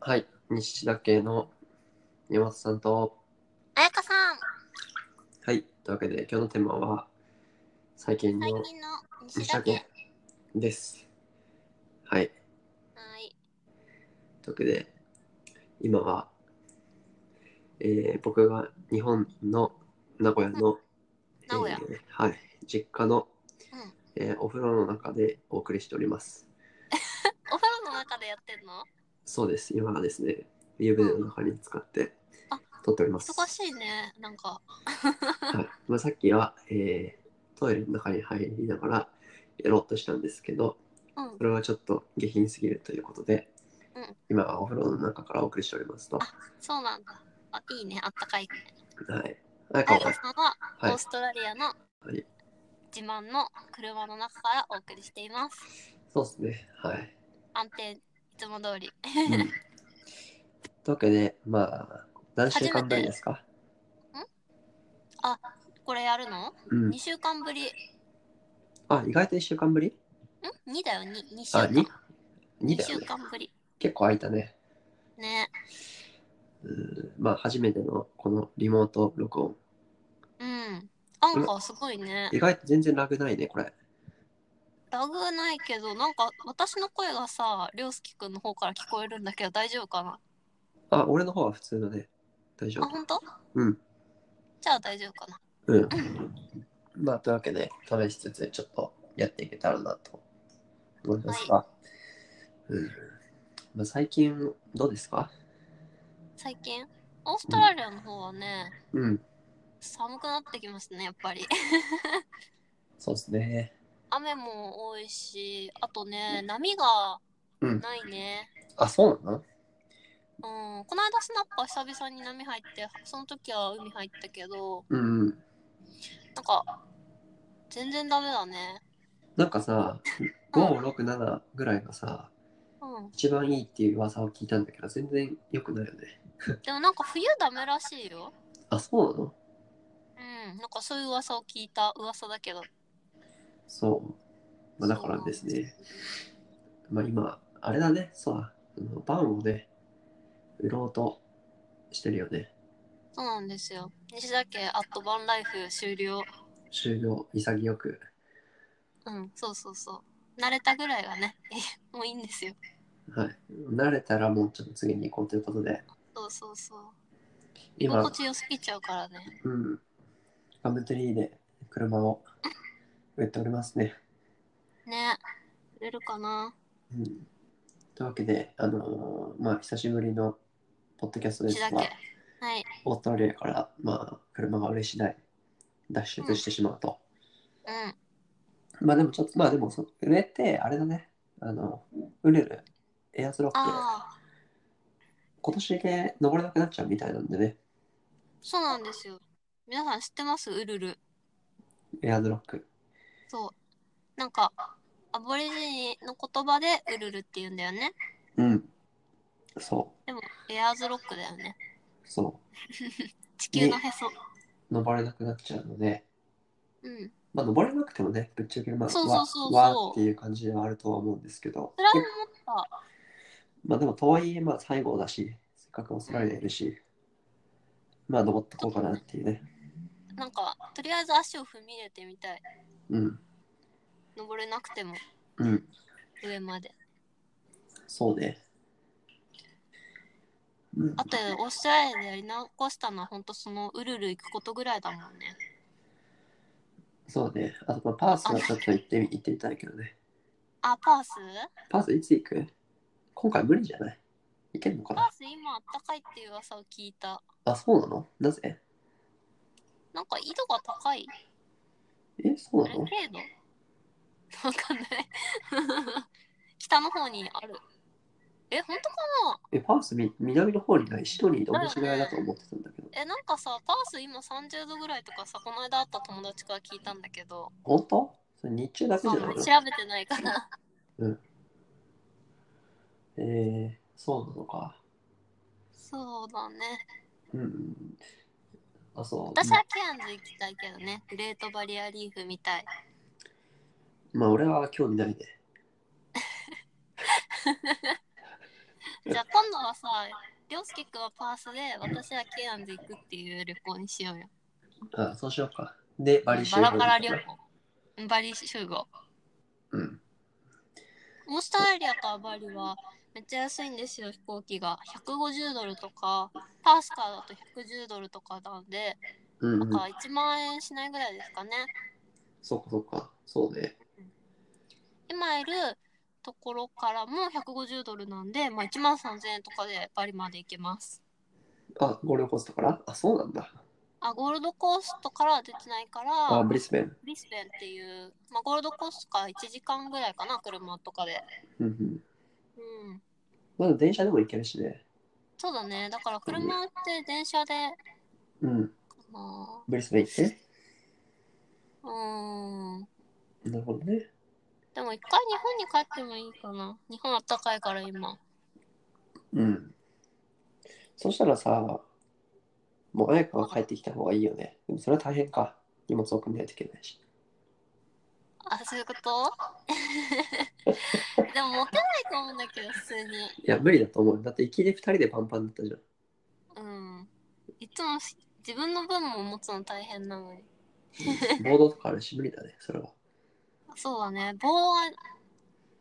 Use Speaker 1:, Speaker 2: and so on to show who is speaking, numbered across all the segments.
Speaker 1: はい、西田家の山本さんと、
Speaker 2: あやかさん、
Speaker 1: はい、というわけで今日のテーマは最近
Speaker 2: 最
Speaker 1: の
Speaker 2: 近の西
Speaker 1: 西田
Speaker 2: 田家。
Speaker 1: 家です。はい、
Speaker 2: はい。
Speaker 1: というわけで今は、えー僕が日本の名古屋の、
Speaker 2: 名古屋。
Speaker 1: えーはい、実家の、
Speaker 2: うん
Speaker 1: えーお風呂の中でお送りしております。
Speaker 2: お風呂の中でやってんの
Speaker 1: そうです、今はですね、湯船の中に使って
Speaker 2: あ
Speaker 1: 撮っております。
Speaker 2: 忙しいね、なんか。
Speaker 1: はいまあ、さっきは、えートイレの中に入りながらやろうとしたんですけど
Speaker 2: うん。うん
Speaker 1: それはちょっと下品すぎるということで、
Speaker 2: うん
Speaker 1: 今はお風呂の中からお送りしておりますと。
Speaker 2: そうなんだ。あ、いいね、あったかい。
Speaker 1: はい。はい、
Speaker 2: あ
Speaker 1: か
Speaker 2: や
Speaker 1: わ
Speaker 2: か
Speaker 1: い
Speaker 2: さんは、オ
Speaker 1: はい
Speaker 2: ー。ストラリアの
Speaker 1: はい
Speaker 2: 自慢の車の中からお送りしています。
Speaker 1: そうですね。 はい。
Speaker 2: 安定、いつも通り。
Speaker 1: うん、というわけで、まあ、何週間ぶりですか
Speaker 2: これやるの
Speaker 1: うん。
Speaker 2: ?2 週間ぶり。ん
Speaker 1: あ、意外と1週間ぶり
Speaker 2: ?2 だよ、2。2週
Speaker 1: あ、2
Speaker 2: 間。。
Speaker 1: 2
Speaker 2: 2
Speaker 1: だよ
Speaker 2: 週
Speaker 1: ね。
Speaker 2: 間ぶり。
Speaker 1: 結構空いたね。
Speaker 2: ね。
Speaker 1: うん。まあ、初めてのこのリモート録音。
Speaker 2: うん。なんかすごいね。
Speaker 1: 意外と全然ラグないね、これ。
Speaker 2: ラグないけど、なんか私の声がさ、りょうすきくんの方から聞こえるんだけど大丈夫かな
Speaker 1: あ、俺の方は普通のね。大丈
Speaker 2: あ、
Speaker 1: 夫。
Speaker 2: 本当？
Speaker 1: うん。
Speaker 2: じゃあ大丈夫かな。
Speaker 1: うん。まあ、というわけで、試しつつ、ちょっとやっていけたらなと思いますが、うん。まあ、最近、どうですか
Speaker 2: 最近、オーストラリアの方はね、
Speaker 1: うん。
Speaker 2: 寒くなってきますね、やっぱり。
Speaker 1: そうですね。
Speaker 2: 雨も多いし、あとね、波が
Speaker 1: うん
Speaker 2: ないね。
Speaker 1: あ、そうなの
Speaker 2: うん、この間スナッパー久々に波入って、その時は海入ったけど、
Speaker 1: うんうん。
Speaker 2: なんか、全然ダメだね。
Speaker 1: なんかさ、5、6、7ぐらいがさ、
Speaker 2: うん。
Speaker 1: 一番いいっていう噂を聞いたんだけど、全然良くないよね。
Speaker 2: でもなんか冬ダメらしいよ。
Speaker 1: あ、そうなの
Speaker 2: うん、なんかそういう噂を聞いた噂だけど。
Speaker 1: そう。まあ、だからですね、まあ、今、あれだね、そうだ、あのパンをね、売ろうとしてるよね。
Speaker 2: そうなんですよ。西田家アットバンライフ終了。
Speaker 1: 終了潔く
Speaker 2: うん、そうそうそう。慣れたぐらいはね、 もういいんですよ。
Speaker 1: はい慣れたらもうちょっと次に行こうということで
Speaker 2: そうそうそう。
Speaker 1: 今
Speaker 2: 心地よすぎちゃうからね。
Speaker 1: うんガムトリーで車を売っておりますね、
Speaker 2: ね。売れるかな
Speaker 1: うん、というわけであのーまあ久しぶりのポッドキャストです
Speaker 2: 西
Speaker 1: が
Speaker 2: 田家。はい。
Speaker 1: オーストラリアからまあ車が売れ次第脱出してしまうと、
Speaker 2: うん。
Speaker 1: まあでもちょっとまあでもそ売れてあれだねあの売れるエアーズロック
Speaker 2: ああ、
Speaker 1: 今年で登れなくなっちゃうみたいなんでね
Speaker 2: そうなんですよ。皆さん知ってますウルル。
Speaker 1: エアーズロック
Speaker 2: そう。なんか、アボリジニの言葉でウルルって言うんだよね。
Speaker 1: うんそう
Speaker 2: でも、エアーズロックだよね。
Speaker 1: そ
Speaker 2: 地球のへそ。
Speaker 1: う登れなくなっちゃうので、
Speaker 2: うん。
Speaker 1: まあ、登れなくてもねぶっちゃけまあ
Speaker 2: そうそうそうそう
Speaker 1: わわっていう感じはあるとは思うんですけど
Speaker 2: それは思った。
Speaker 1: まあでもとはいえまあ最後だしせっかくオーストラリアいるしまあ登っとこうかなっていうね
Speaker 2: なんかとりあえず足を踏み入れてみたい
Speaker 1: うん
Speaker 2: 登れなくても
Speaker 1: うん
Speaker 2: 上まで
Speaker 1: そうねうん
Speaker 2: あとオーストラリアでやり直したのはほんとそのウルル行くことぐらいだもんね
Speaker 1: そうねあとまあパースはちょっと行ってみ行ってみたいけどね
Speaker 2: あパース
Speaker 1: パースいつ行く今回無理じゃない行けるのか
Speaker 2: パー
Speaker 1: な
Speaker 2: ス今あったかいっていう噂を聞いた
Speaker 1: あそうなのなぜ
Speaker 2: なんか緯度が高い
Speaker 1: えそう
Speaker 2: あれ
Speaker 1: な
Speaker 2: 経
Speaker 1: の
Speaker 2: 度 わかんない 北の方にあるえほんとかな
Speaker 1: えパースみ南の方にないシドニーと同じぐらいだと思ってたんだけど
Speaker 2: えなんかさパース今30度ぐらいとかさこの間会った友達から聞いたんだけど
Speaker 1: 本当それ日中だけ
Speaker 2: そ
Speaker 1: じゃ
Speaker 2: うな
Speaker 1: な
Speaker 2: の
Speaker 1: い
Speaker 2: 調
Speaker 1: の
Speaker 2: べてないから
Speaker 1: えー、そうなのか。
Speaker 2: そうだね
Speaker 1: うんうん。あ、そう。
Speaker 2: 私はケアンズ行きたいけどね、グレートバリアリーフみたい。
Speaker 1: まあ、俺は興味ないね。
Speaker 2: じゃあ今度はさ、りょうすけくんはパースで、私はケアンズ行くっていう旅行にしようよ。
Speaker 1: あ、そうしようか。で、バリ集
Speaker 2: バ
Speaker 1: 合
Speaker 2: ラバラ旅行。バリ集合。
Speaker 1: うん。
Speaker 2: オーストラリアからバリはめっちゃ安いんですよ飛行機が150ドルとかパースからだと110ドルとかなんで
Speaker 1: うん、
Speaker 2: な
Speaker 1: うんん。
Speaker 2: か1万円しないぐらいですかね
Speaker 1: そっかそっか。そうね。
Speaker 2: 今いるところからも150ドルなんで、まあ、1万3000円とかでバリまで行けます
Speaker 1: あ、ゴールドコーストからあ、そうなんだ。
Speaker 2: あゴールドコーストからは出てないから
Speaker 1: あ、ブリスベン。
Speaker 2: ブリスベンっていう、まあ、ゴールドコーストから1時間ぐらいかな車とかで
Speaker 1: うんうん。
Speaker 2: うん
Speaker 1: まだ電車でも行けるしね。
Speaker 2: そうだねだから車って電車で
Speaker 1: うん。
Speaker 2: まあ
Speaker 1: ブリスベン行って。
Speaker 2: うーん
Speaker 1: なるほどね。
Speaker 2: でも一回日本に帰ってもいいかな。日本あったかいから今。
Speaker 1: うん。そしたらさ、もう綾香が帰ってきた方がいいよね。でもそれは大変か。荷物送んないといけないし。
Speaker 2: あ、そういうこと でも持てないと思うんだけど、普通に。
Speaker 1: いや、無理だと思う。だって行きで2人でパンパンだったじゃん。
Speaker 2: うん。いつもし自分の分も持つの大変なのに。
Speaker 1: ボードとかあるし、無理だね、それは。
Speaker 2: そうだね。棒は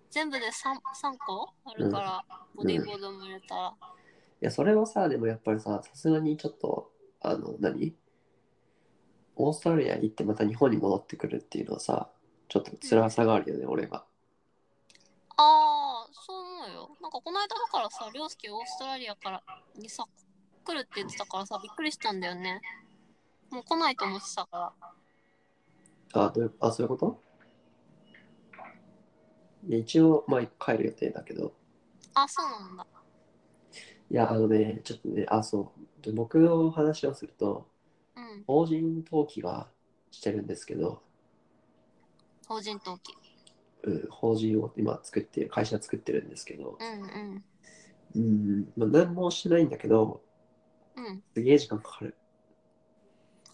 Speaker 2: 全部で 3, 3個あるから、ボディーボードも入れたら。
Speaker 1: いや、それはさ、でもやっぱりさ、さすがにちょっと、あの、何オーストラリア行ってまた日本に戻ってくるっていうのはさ、ちょっと辛さがあるよね、俺が。
Speaker 2: ああ、そう思うよ。なんかこの間だからさ、りょうすけオーストラリアからにさ、来るって言ってたからさ、びっくりしたんだよね。もう来ないと思ってたから。
Speaker 1: あ、どういうあそういうこといや一応、まあ、帰る予定だけど。
Speaker 2: あ、そうなんだ。
Speaker 1: いや、あのね、ちょっとね、あ、そう。で僕の話をすると、
Speaker 2: うん。
Speaker 1: 法人登記はしてるんですけど、
Speaker 2: 法人登記。
Speaker 1: うん、法人を今作ってる、会社作ってるんですけど、
Speaker 2: うんうん。
Speaker 1: うん、まあ、何もしてないんだけど、
Speaker 2: うん。
Speaker 1: すげえ時間かかる。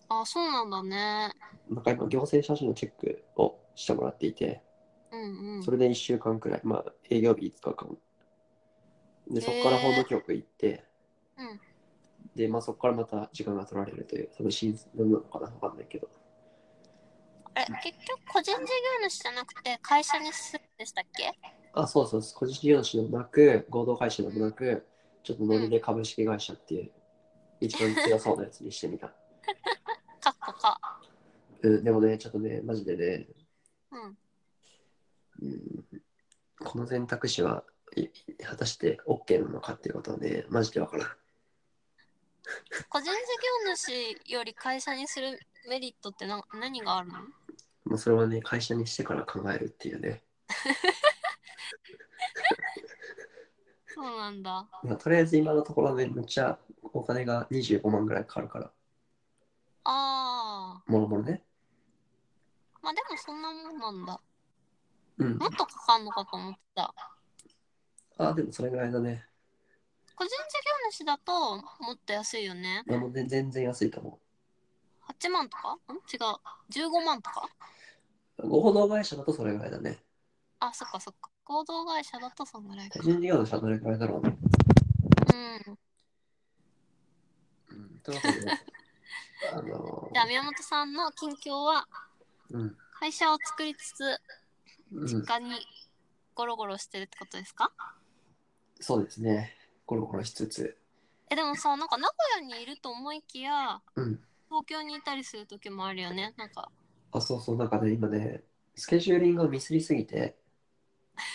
Speaker 2: あ、そうなんだね。
Speaker 1: なんか今、行政書士のチェックをしてもらっていて、
Speaker 2: うんうん。
Speaker 1: それで1週間くらい、まあ、営業日5日間。で、そこから法務局行って、
Speaker 2: うん
Speaker 1: で、まあ、そこからまた時間が取られるという、そのシーズンなのかな、わかんないけど。
Speaker 2: あれ、結局個人事業主じゃなくて会社にするんでしたっけ
Speaker 1: あ、そうそう、個人事業主でもなく、合同会社でもなく、ちょっとノリで株式会社っていう、一番強そうなやつにしてみた。
Speaker 2: かっこか。
Speaker 1: うん、でもね、ちょっとね、マジでね、
Speaker 2: うん。
Speaker 1: うんこの選択肢はいい果たして OK なのかっていうことはね、マジでわからん。
Speaker 2: 個人事業主より会社にするメリットってな何があるの
Speaker 1: もうそれはね、会社にしてから考えるっていうね。
Speaker 2: そうなんだ。
Speaker 1: まあ、とりあえず今のところね、むっちゃお金が25万ぐらいかかるから、
Speaker 2: ああ。
Speaker 1: もろもろね。
Speaker 2: まあでもそんなもんなんだ。
Speaker 1: うん
Speaker 2: も。っとかかんのかと思ってた。
Speaker 1: あ、でもそれぐらいだね。
Speaker 2: 個人事業主だともっと安いよね。
Speaker 1: まあ、もうね全然安いと思
Speaker 2: 8万とかん違う。15万とか
Speaker 1: う。合同会社だとそれぐらいだね。
Speaker 2: あ、そっかそっか。合同会社だとそんぐらいか
Speaker 1: 個。人事業主はどれぐらいだろうな。
Speaker 2: うん。
Speaker 1: うん。ということ で、あの
Speaker 2: じゃあ宮本さんの近況は
Speaker 1: うん。
Speaker 2: 会社を作りつつ
Speaker 1: うん
Speaker 2: 実、家にゴロゴロしてるってことですか、
Speaker 1: そうですね。ゴロゴロしつつ。
Speaker 2: えでもさなんか名古屋にいると思いきや
Speaker 1: うん。
Speaker 2: 東京にいたりする時もあるよねなんか
Speaker 1: あ、そうそう、なんかね、今ね、スケジューリングをミスりすぎて、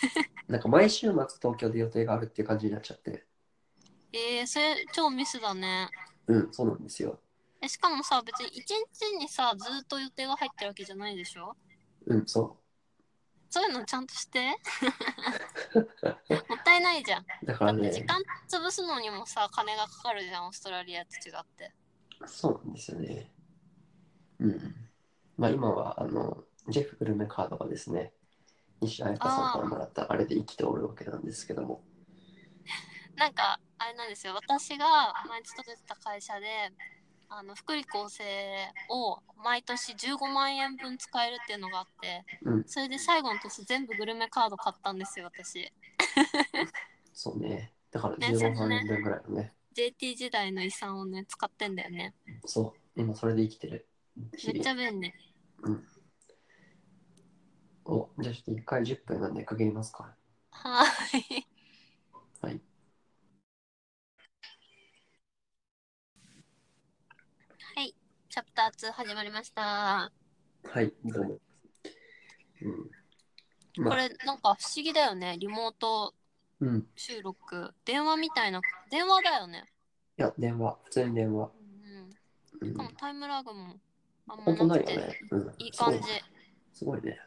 Speaker 1: なんか毎週末東京で予定があるっていう感じになっちゃって、
Speaker 2: えー、それ超ミスだね
Speaker 1: うん、そうなんですよ。
Speaker 2: えしかもさ別に一日にさずっと予定が入ってるわけじゃないでしょ
Speaker 1: うん、そ
Speaker 2: そういうのちゃんとして もったいないじゃん
Speaker 1: う。だか
Speaker 2: だ
Speaker 1: ら
Speaker 2: って時
Speaker 1: ね、
Speaker 2: 間潰すのにもさ金がかかるじゃんオーストラリアと違って
Speaker 1: そうなんですよね。うん。まあ今は、あの、ジェフグルメカードがですね、西彩香さんからもらったあれで生きておるわけなんですけども、
Speaker 2: なんかあれなんですよ私が前勤めてた会社であの福利厚生を毎年15万円分使えるっていうのがあって、
Speaker 1: うん
Speaker 2: それで最後の年全部グルメカード買ったんですよ私
Speaker 1: そうね、だから
Speaker 2: ね
Speaker 1: 15万年分ぐらいのね
Speaker 2: JT 時代の遺産をね、使ってんだよね。
Speaker 1: そう今それで生きてる
Speaker 2: め
Speaker 1: 日
Speaker 2: っち
Speaker 1: 々
Speaker 2: ゃ便利。
Speaker 1: をじゃあちょっと1回10分なんで区切りますか
Speaker 2: はーい。
Speaker 1: はい。
Speaker 2: はい。チャプター2始まりました。
Speaker 1: はいどうもうん
Speaker 2: こ
Speaker 1: まあ
Speaker 2: れなんか不思議だよね。リモート
Speaker 1: うんい
Speaker 2: 収録。電話みたいな。電話だよね。
Speaker 1: や電話普通に電話う
Speaker 2: うん。し
Speaker 1: ん
Speaker 2: かもタイムラグもあん
Speaker 1: 本当
Speaker 2: ま
Speaker 1: な
Speaker 2: ないく
Speaker 1: よ
Speaker 2: て、
Speaker 1: ねうん
Speaker 2: いい感じ
Speaker 1: す。ごいすごいね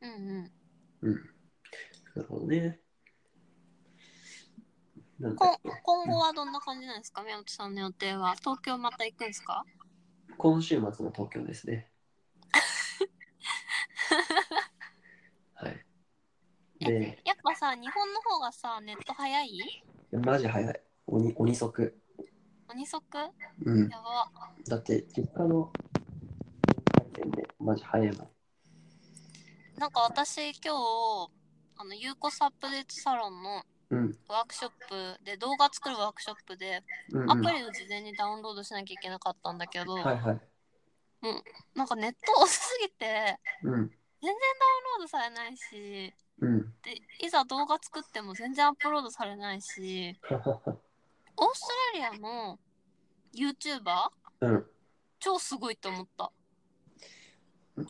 Speaker 2: うんうん。
Speaker 1: うんなるほどねなんだ
Speaker 2: こ
Speaker 1: っけ
Speaker 2: 今後はどんな感じなんですか宮本さんの予定は。東京また行くんですか
Speaker 1: 今週末の東京です ね。はい。で、
Speaker 2: やっぱさ、日本の方がさ、ネット早い
Speaker 1: マジ早い。鬼鬼速。
Speaker 2: 鬼速
Speaker 1: うん。
Speaker 2: やば。
Speaker 1: だって、実家の回転で、マジ早いもん。
Speaker 2: なんか私今日、あの、有効サップデートサロンの
Speaker 1: うん。
Speaker 2: ワークショップで、動画作るワークショップで、
Speaker 1: うん、
Speaker 2: ア
Speaker 1: うん。
Speaker 2: プ
Speaker 1: はい
Speaker 2: リを事前にダウンロードしなきゃいけなかったんだけど、
Speaker 1: はい。
Speaker 2: なんかネット遅すぎて、ダウン
Speaker 1: うん。
Speaker 2: ロードされないし、
Speaker 1: うん。
Speaker 2: でいざ動画作っても全然アップロードされないし、オーストラリアの YouTuber?
Speaker 1: うん。
Speaker 2: 超すごいと思った。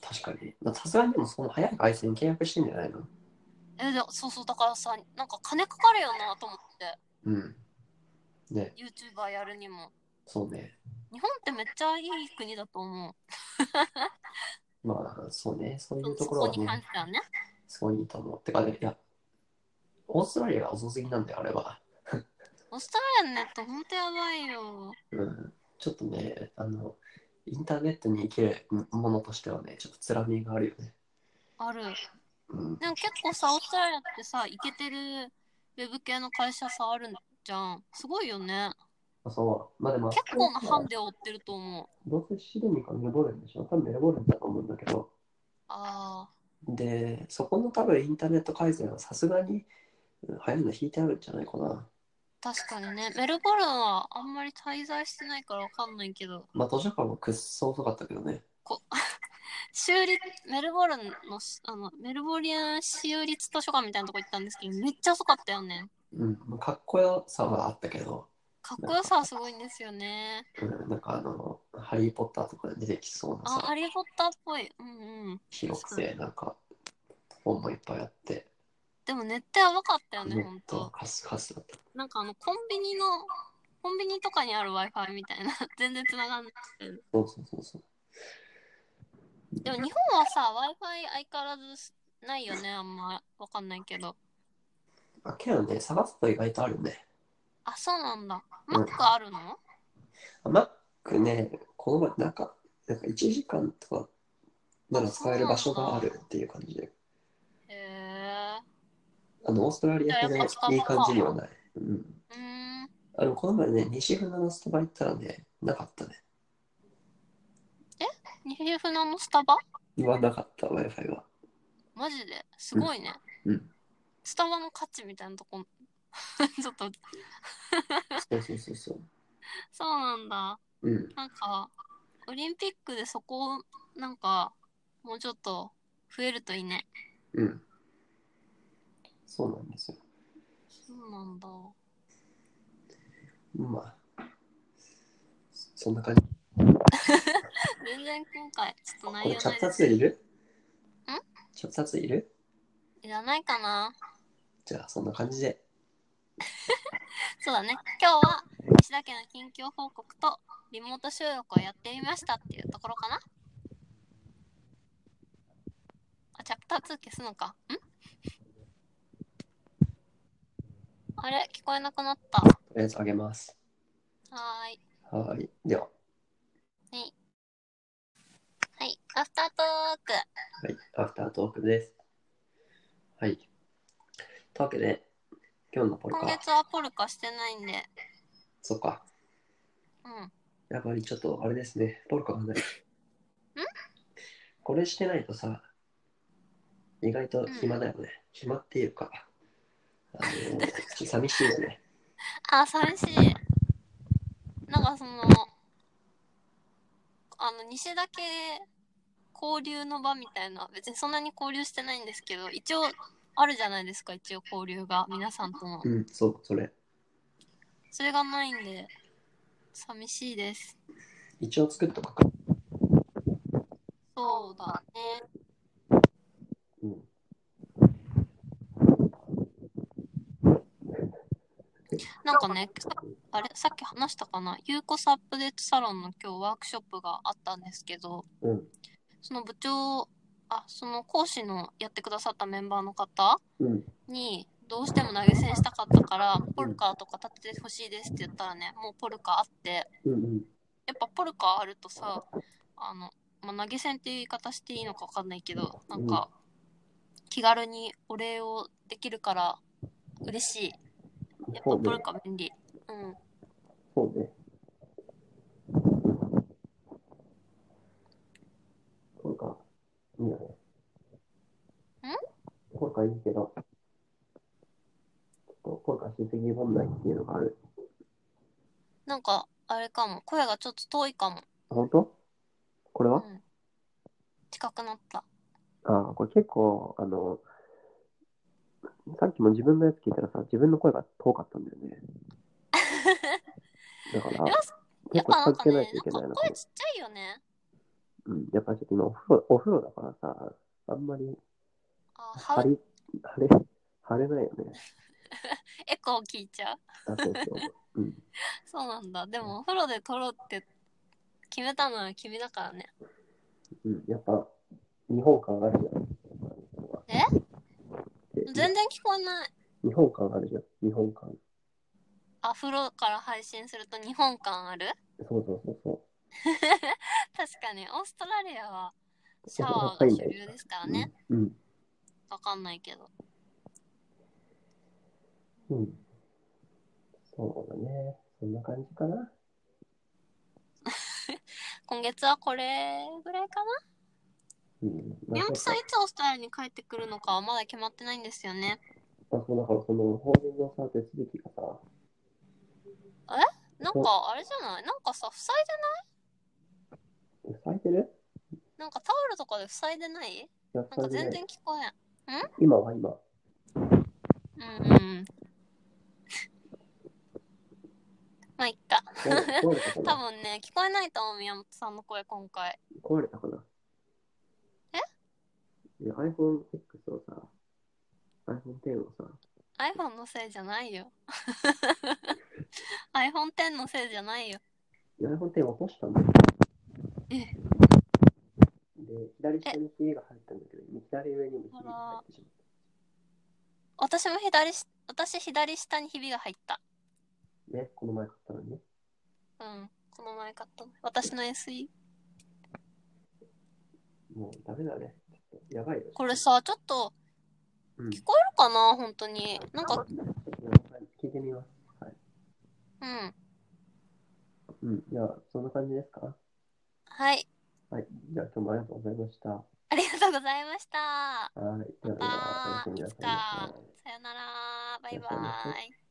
Speaker 1: 確かに。まあさすがにでもその早い回線契約してんじゃないの
Speaker 2: え、でそうそう、だからさ、なんか金かかるよなと思って、
Speaker 1: うん。ね、
Speaker 2: YouTuber やるにも。
Speaker 1: そうね。
Speaker 2: 日本ってめっちゃいい国だと思う。
Speaker 1: まあだから、そうね。そうい
Speaker 2: そう
Speaker 1: と
Speaker 2: そ
Speaker 1: ころ
Speaker 2: こ
Speaker 1: は
Speaker 2: に関
Speaker 1: ね
Speaker 2: し、てはね。
Speaker 1: すごいいいと思う。てか、ね、いや、オーストラリアが遅すぎなんだよ、あれは。
Speaker 2: オーストラリアのネットほんとやばいよ。
Speaker 1: うんちょっとね、あの、インターネットに生きるものとしてはね、ちょっと辛みがあるよね。
Speaker 2: ある。
Speaker 1: うん、
Speaker 2: でも結構さ、オーストラリアってさ、イケてるウェブ系の会社さ、あるじゃん。すごいよね。
Speaker 1: そう、まあでも、
Speaker 2: 結構なハンデを追ってると思う。
Speaker 1: どうせシドニーからメボルンでしょ多分メボルンだと思うんだけど、
Speaker 2: あ
Speaker 1: で、そこの多分インターネット回線はさすがにうん早いの引いてあるんじゃないかな。
Speaker 2: あ、確かにね。メルボルンはあんまり滞在してないからわかんないけど、
Speaker 1: まあ図書館もくっそ遅かったけどね。
Speaker 2: 修理、メルボルンの、あの、メルボリアン州立図書館みたいなとこ行ったんですけど、めっちゃ遅かったよね。
Speaker 1: うん、まあかっこよさはあったけど、
Speaker 2: かっこよさはすごいんですよね。
Speaker 1: うん、なんかあの、ハリー・ポッターとかで出てきそうな
Speaker 2: あ、
Speaker 1: さ
Speaker 2: ハ、リー・ポッターっぽい。うんうん。
Speaker 1: 広くて、なんか、本もいっぱいあって、
Speaker 2: でもネットやばかったよね、
Speaker 1: ネ
Speaker 2: ほ
Speaker 1: ッ
Speaker 2: ん
Speaker 1: ト
Speaker 2: と
Speaker 1: は。カスカスだった。
Speaker 2: なんかあのコンビニのコンビニとかにある Wi-Fi みたいな 全然繋がんない
Speaker 1: そうそうそうそう。
Speaker 2: でも日本はさ Wi-Fi 相変わらずないよねあんまわかんないけど
Speaker 1: あけどね、探すと意外とあるね。
Speaker 2: あそうなんだ
Speaker 1: うん
Speaker 2: Mac あるの
Speaker 1: あ Mac ね、この前、なんか、なんか1時間とか、なら使える場所があるっていう感じで、
Speaker 2: へえ
Speaker 1: あの、オーストラリア系でいい感じにはない。うん。
Speaker 2: うーん
Speaker 1: あの、この前ね、西船のスタバ行ったらね、なかったね。
Speaker 2: 西船のスタバ
Speaker 1: はなかった、Wi-Fi は。
Speaker 2: マジですごいね、
Speaker 1: うんうん
Speaker 2: スタバの価値みたいなとこ ちょっと
Speaker 1: そうそうそうそう。
Speaker 2: そうなんだ
Speaker 1: うん。
Speaker 2: なんかオリンピックでそこをなんかもうちょっと増えるといいね
Speaker 1: うん。そうなんですよ。
Speaker 2: そうなんだ
Speaker 1: まあ、そんな感じ。
Speaker 2: 全然今回ちょっと内
Speaker 1: これ、
Speaker 2: 容
Speaker 1: チャ
Speaker 2: ない
Speaker 1: プ
Speaker 2: で
Speaker 1: タ
Speaker 2: す
Speaker 1: ツいる
Speaker 2: ん
Speaker 1: チャプタツいる
Speaker 2: いらないかな
Speaker 1: じゃあ、そんな感じで。
Speaker 2: そうだね今日は石田家の近況報告とリモート収録をやってみましたっていうところかなあチャプター2消すのかんあれ聞こえなくなったは
Speaker 1: とりあえずあげます。
Speaker 2: ーい
Speaker 1: はい。では、
Speaker 2: はいアフタートーク
Speaker 1: はい、アフタートークです。はい。というわけで、今日のポル
Speaker 2: 今
Speaker 1: カ、
Speaker 2: 月はポルカしてないんで
Speaker 1: そっか、
Speaker 2: うん
Speaker 1: やっぱりちょっとあれですね、ポルカがない。これしてないとさ、意 外と暇だよね。暇っていうか、あのちょっと寂しいよね。
Speaker 2: あー、寂しい。なんかその、あの、西だけ交流の場みたいな、別にそんなに交流してないんですけど、一応あるじゃないですか、一応交流が、皆さんとの。
Speaker 1: うん、そう、それ。
Speaker 2: それがないんで、寂しいです。
Speaker 1: 一応作っとくか。
Speaker 2: そうだね。
Speaker 1: うん。
Speaker 2: なんかね、さあれ、さっき話したかな、ゆうこスアップデートサロンの今日ワークショップがあったんですけど、
Speaker 1: うん。
Speaker 2: その部長、あ、その講師のやってくださったメンバーの方
Speaker 1: うん。
Speaker 2: に、どうしても投げ銭したかったから、ポルカーとか立ててほしいですって言ったらね、もうポルカーあって、
Speaker 1: うんうん。
Speaker 2: やっぱポルカーあるとさ、あの、まあ、投げ銭っていう言い方していいのかわかんないけど、なんか、気軽にお礼をできるから嬉しい。やっぱ
Speaker 1: そ
Speaker 2: ポ
Speaker 1: うね
Speaker 2: ルカ便利。うん。
Speaker 1: そうね。これか、いいよね。これかいいけど、ちょっとこれかしすぎ問題っていうのがある。
Speaker 2: なんか、あれかも。声がちょっと遠いかも。
Speaker 1: 本当これ
Speaker 2: う
Speaker 1: は、
Speaker 2: ん。近くなった。
Speaker 1: ああ、これ結構、あの、さっきも自分のやつ聞いたらさ、自分の声が遠かったんだよ ね。だから、
Speaker 2: や
Speaker 1: 結
Speaker 2: っ
Speaker 1: 構
Speaker 2: ぱなん
Speaker 1: 近づ
Speaker 2: か
Speaker 1: け
Speaker 2: ね、
Speaker 1: な
Speaker 2: ない
Speaker 1: といけない
Speaker 2: ん
Speaker 1: の
Speaker 2: か
Speaker 1: か
Speaker 2: 声
Speaker 1: も
Speaker 2: ちっちゃいよね。
Speaker 1: うん、やっぱちょっと今お風呂、お風呂だからさ、あんまり
Speaker 2: あ、は
Speaker 1: 張り、張れ、張れないよね。
Speaker 2: エコー聞いちゃう。
Speaker 1: あ、そう そう。うん。
Speaker 2: そうなんだ。でも、お風呂で撮ろうって決めたのは君だからね。
Speaker 1: うん、やっぱ、日本感あるじゃん。
Speaker 2: 全然聞こえない。
Speaker 1: 日本感あるじゃん。日本感。
Speaker 2: あ、風呂から配信すると日本感ある
Speaker 1: そうそうそうそ
Speaker 2: 確かに、オーストラリアは
Speaker 1: う。
Speaker 2: シャワーが主流ですからね。
Speaker 1: うん。
Speaker 2: わかんないけど。
Speaker 1: うん。うん。そうだね。そんな感じかな。
Speaker 2: 今月はこれぐらいか
Speaker 1: うん。
Speaker 2: な。宮
Speaker 1: ん
Speaker 2: 本
Speaker 1: か
Speaker 2: さん、いつオーストラリアに帰ってくるのかはまだ決まってないんですよね。
Speaker 1: あ、そうだから、その、法人のさ、手続きがさ、
Speaker 2: なんか、あれじゃないなんかさ、塞いで
Speaker 1: 咲いてる
Speaker 2: なんかタオルとかで塞いでない
Speaker 1: いや、
Speaker 2: なん
Speaker 1: そ
Speaker 2: か
Speaker 1: れで
Speaker 2: 全
Speaker 1: ね
Speaker 2: 然聞こえん。
Speaker 1: 今は今。
Speaker 2: うんうん。まあ、いっか。
Speaker 1: 壊れたか
Speaker 2: 多
Speaker 1: な
Speaker 2: 分ね、聞こえないと思う、宮本さんの声、今回。
Speaker 1: 壊れたかなえ ?iPhone X をさ、iPhone X をさ、
Speaker 2: iPhone のせいじゃないよ。iPhone X のせいじゃないよ。
Speaker 1: iPhone X を落としたんだよ。
Speaker 2: え
Speaker 1: で、左下にひげが入ったんだけど、左上にもひげが入ってしまっ
Speaker 2: 私も左し、私左下にひびが入った。
Speaker 1: た。ね、この前買ったのにね。
Speaker 2: うん。この前買ったの。私の SE。
Speaker 1: もうダメだね。ちょっとやばいよ。
Speaker 2: これさ、ちょっと
Speaker 1: うん、
Speaker 2: 聞こえるかな本当に。なんか、
Speaker 1: 聞いてみます。
Speaker 2: うん。
Speaker 1: うん、じゃあ、そんな感じですか
Speaker 2: はい。
Speaker 1: はい。じゃあ、今日もありがとうございました。は
Speaker 2: ありがとうございました。
Speaker 1: い。ではでは、おやすみなさいませ
Speaker 2: さよなら。バイバイ。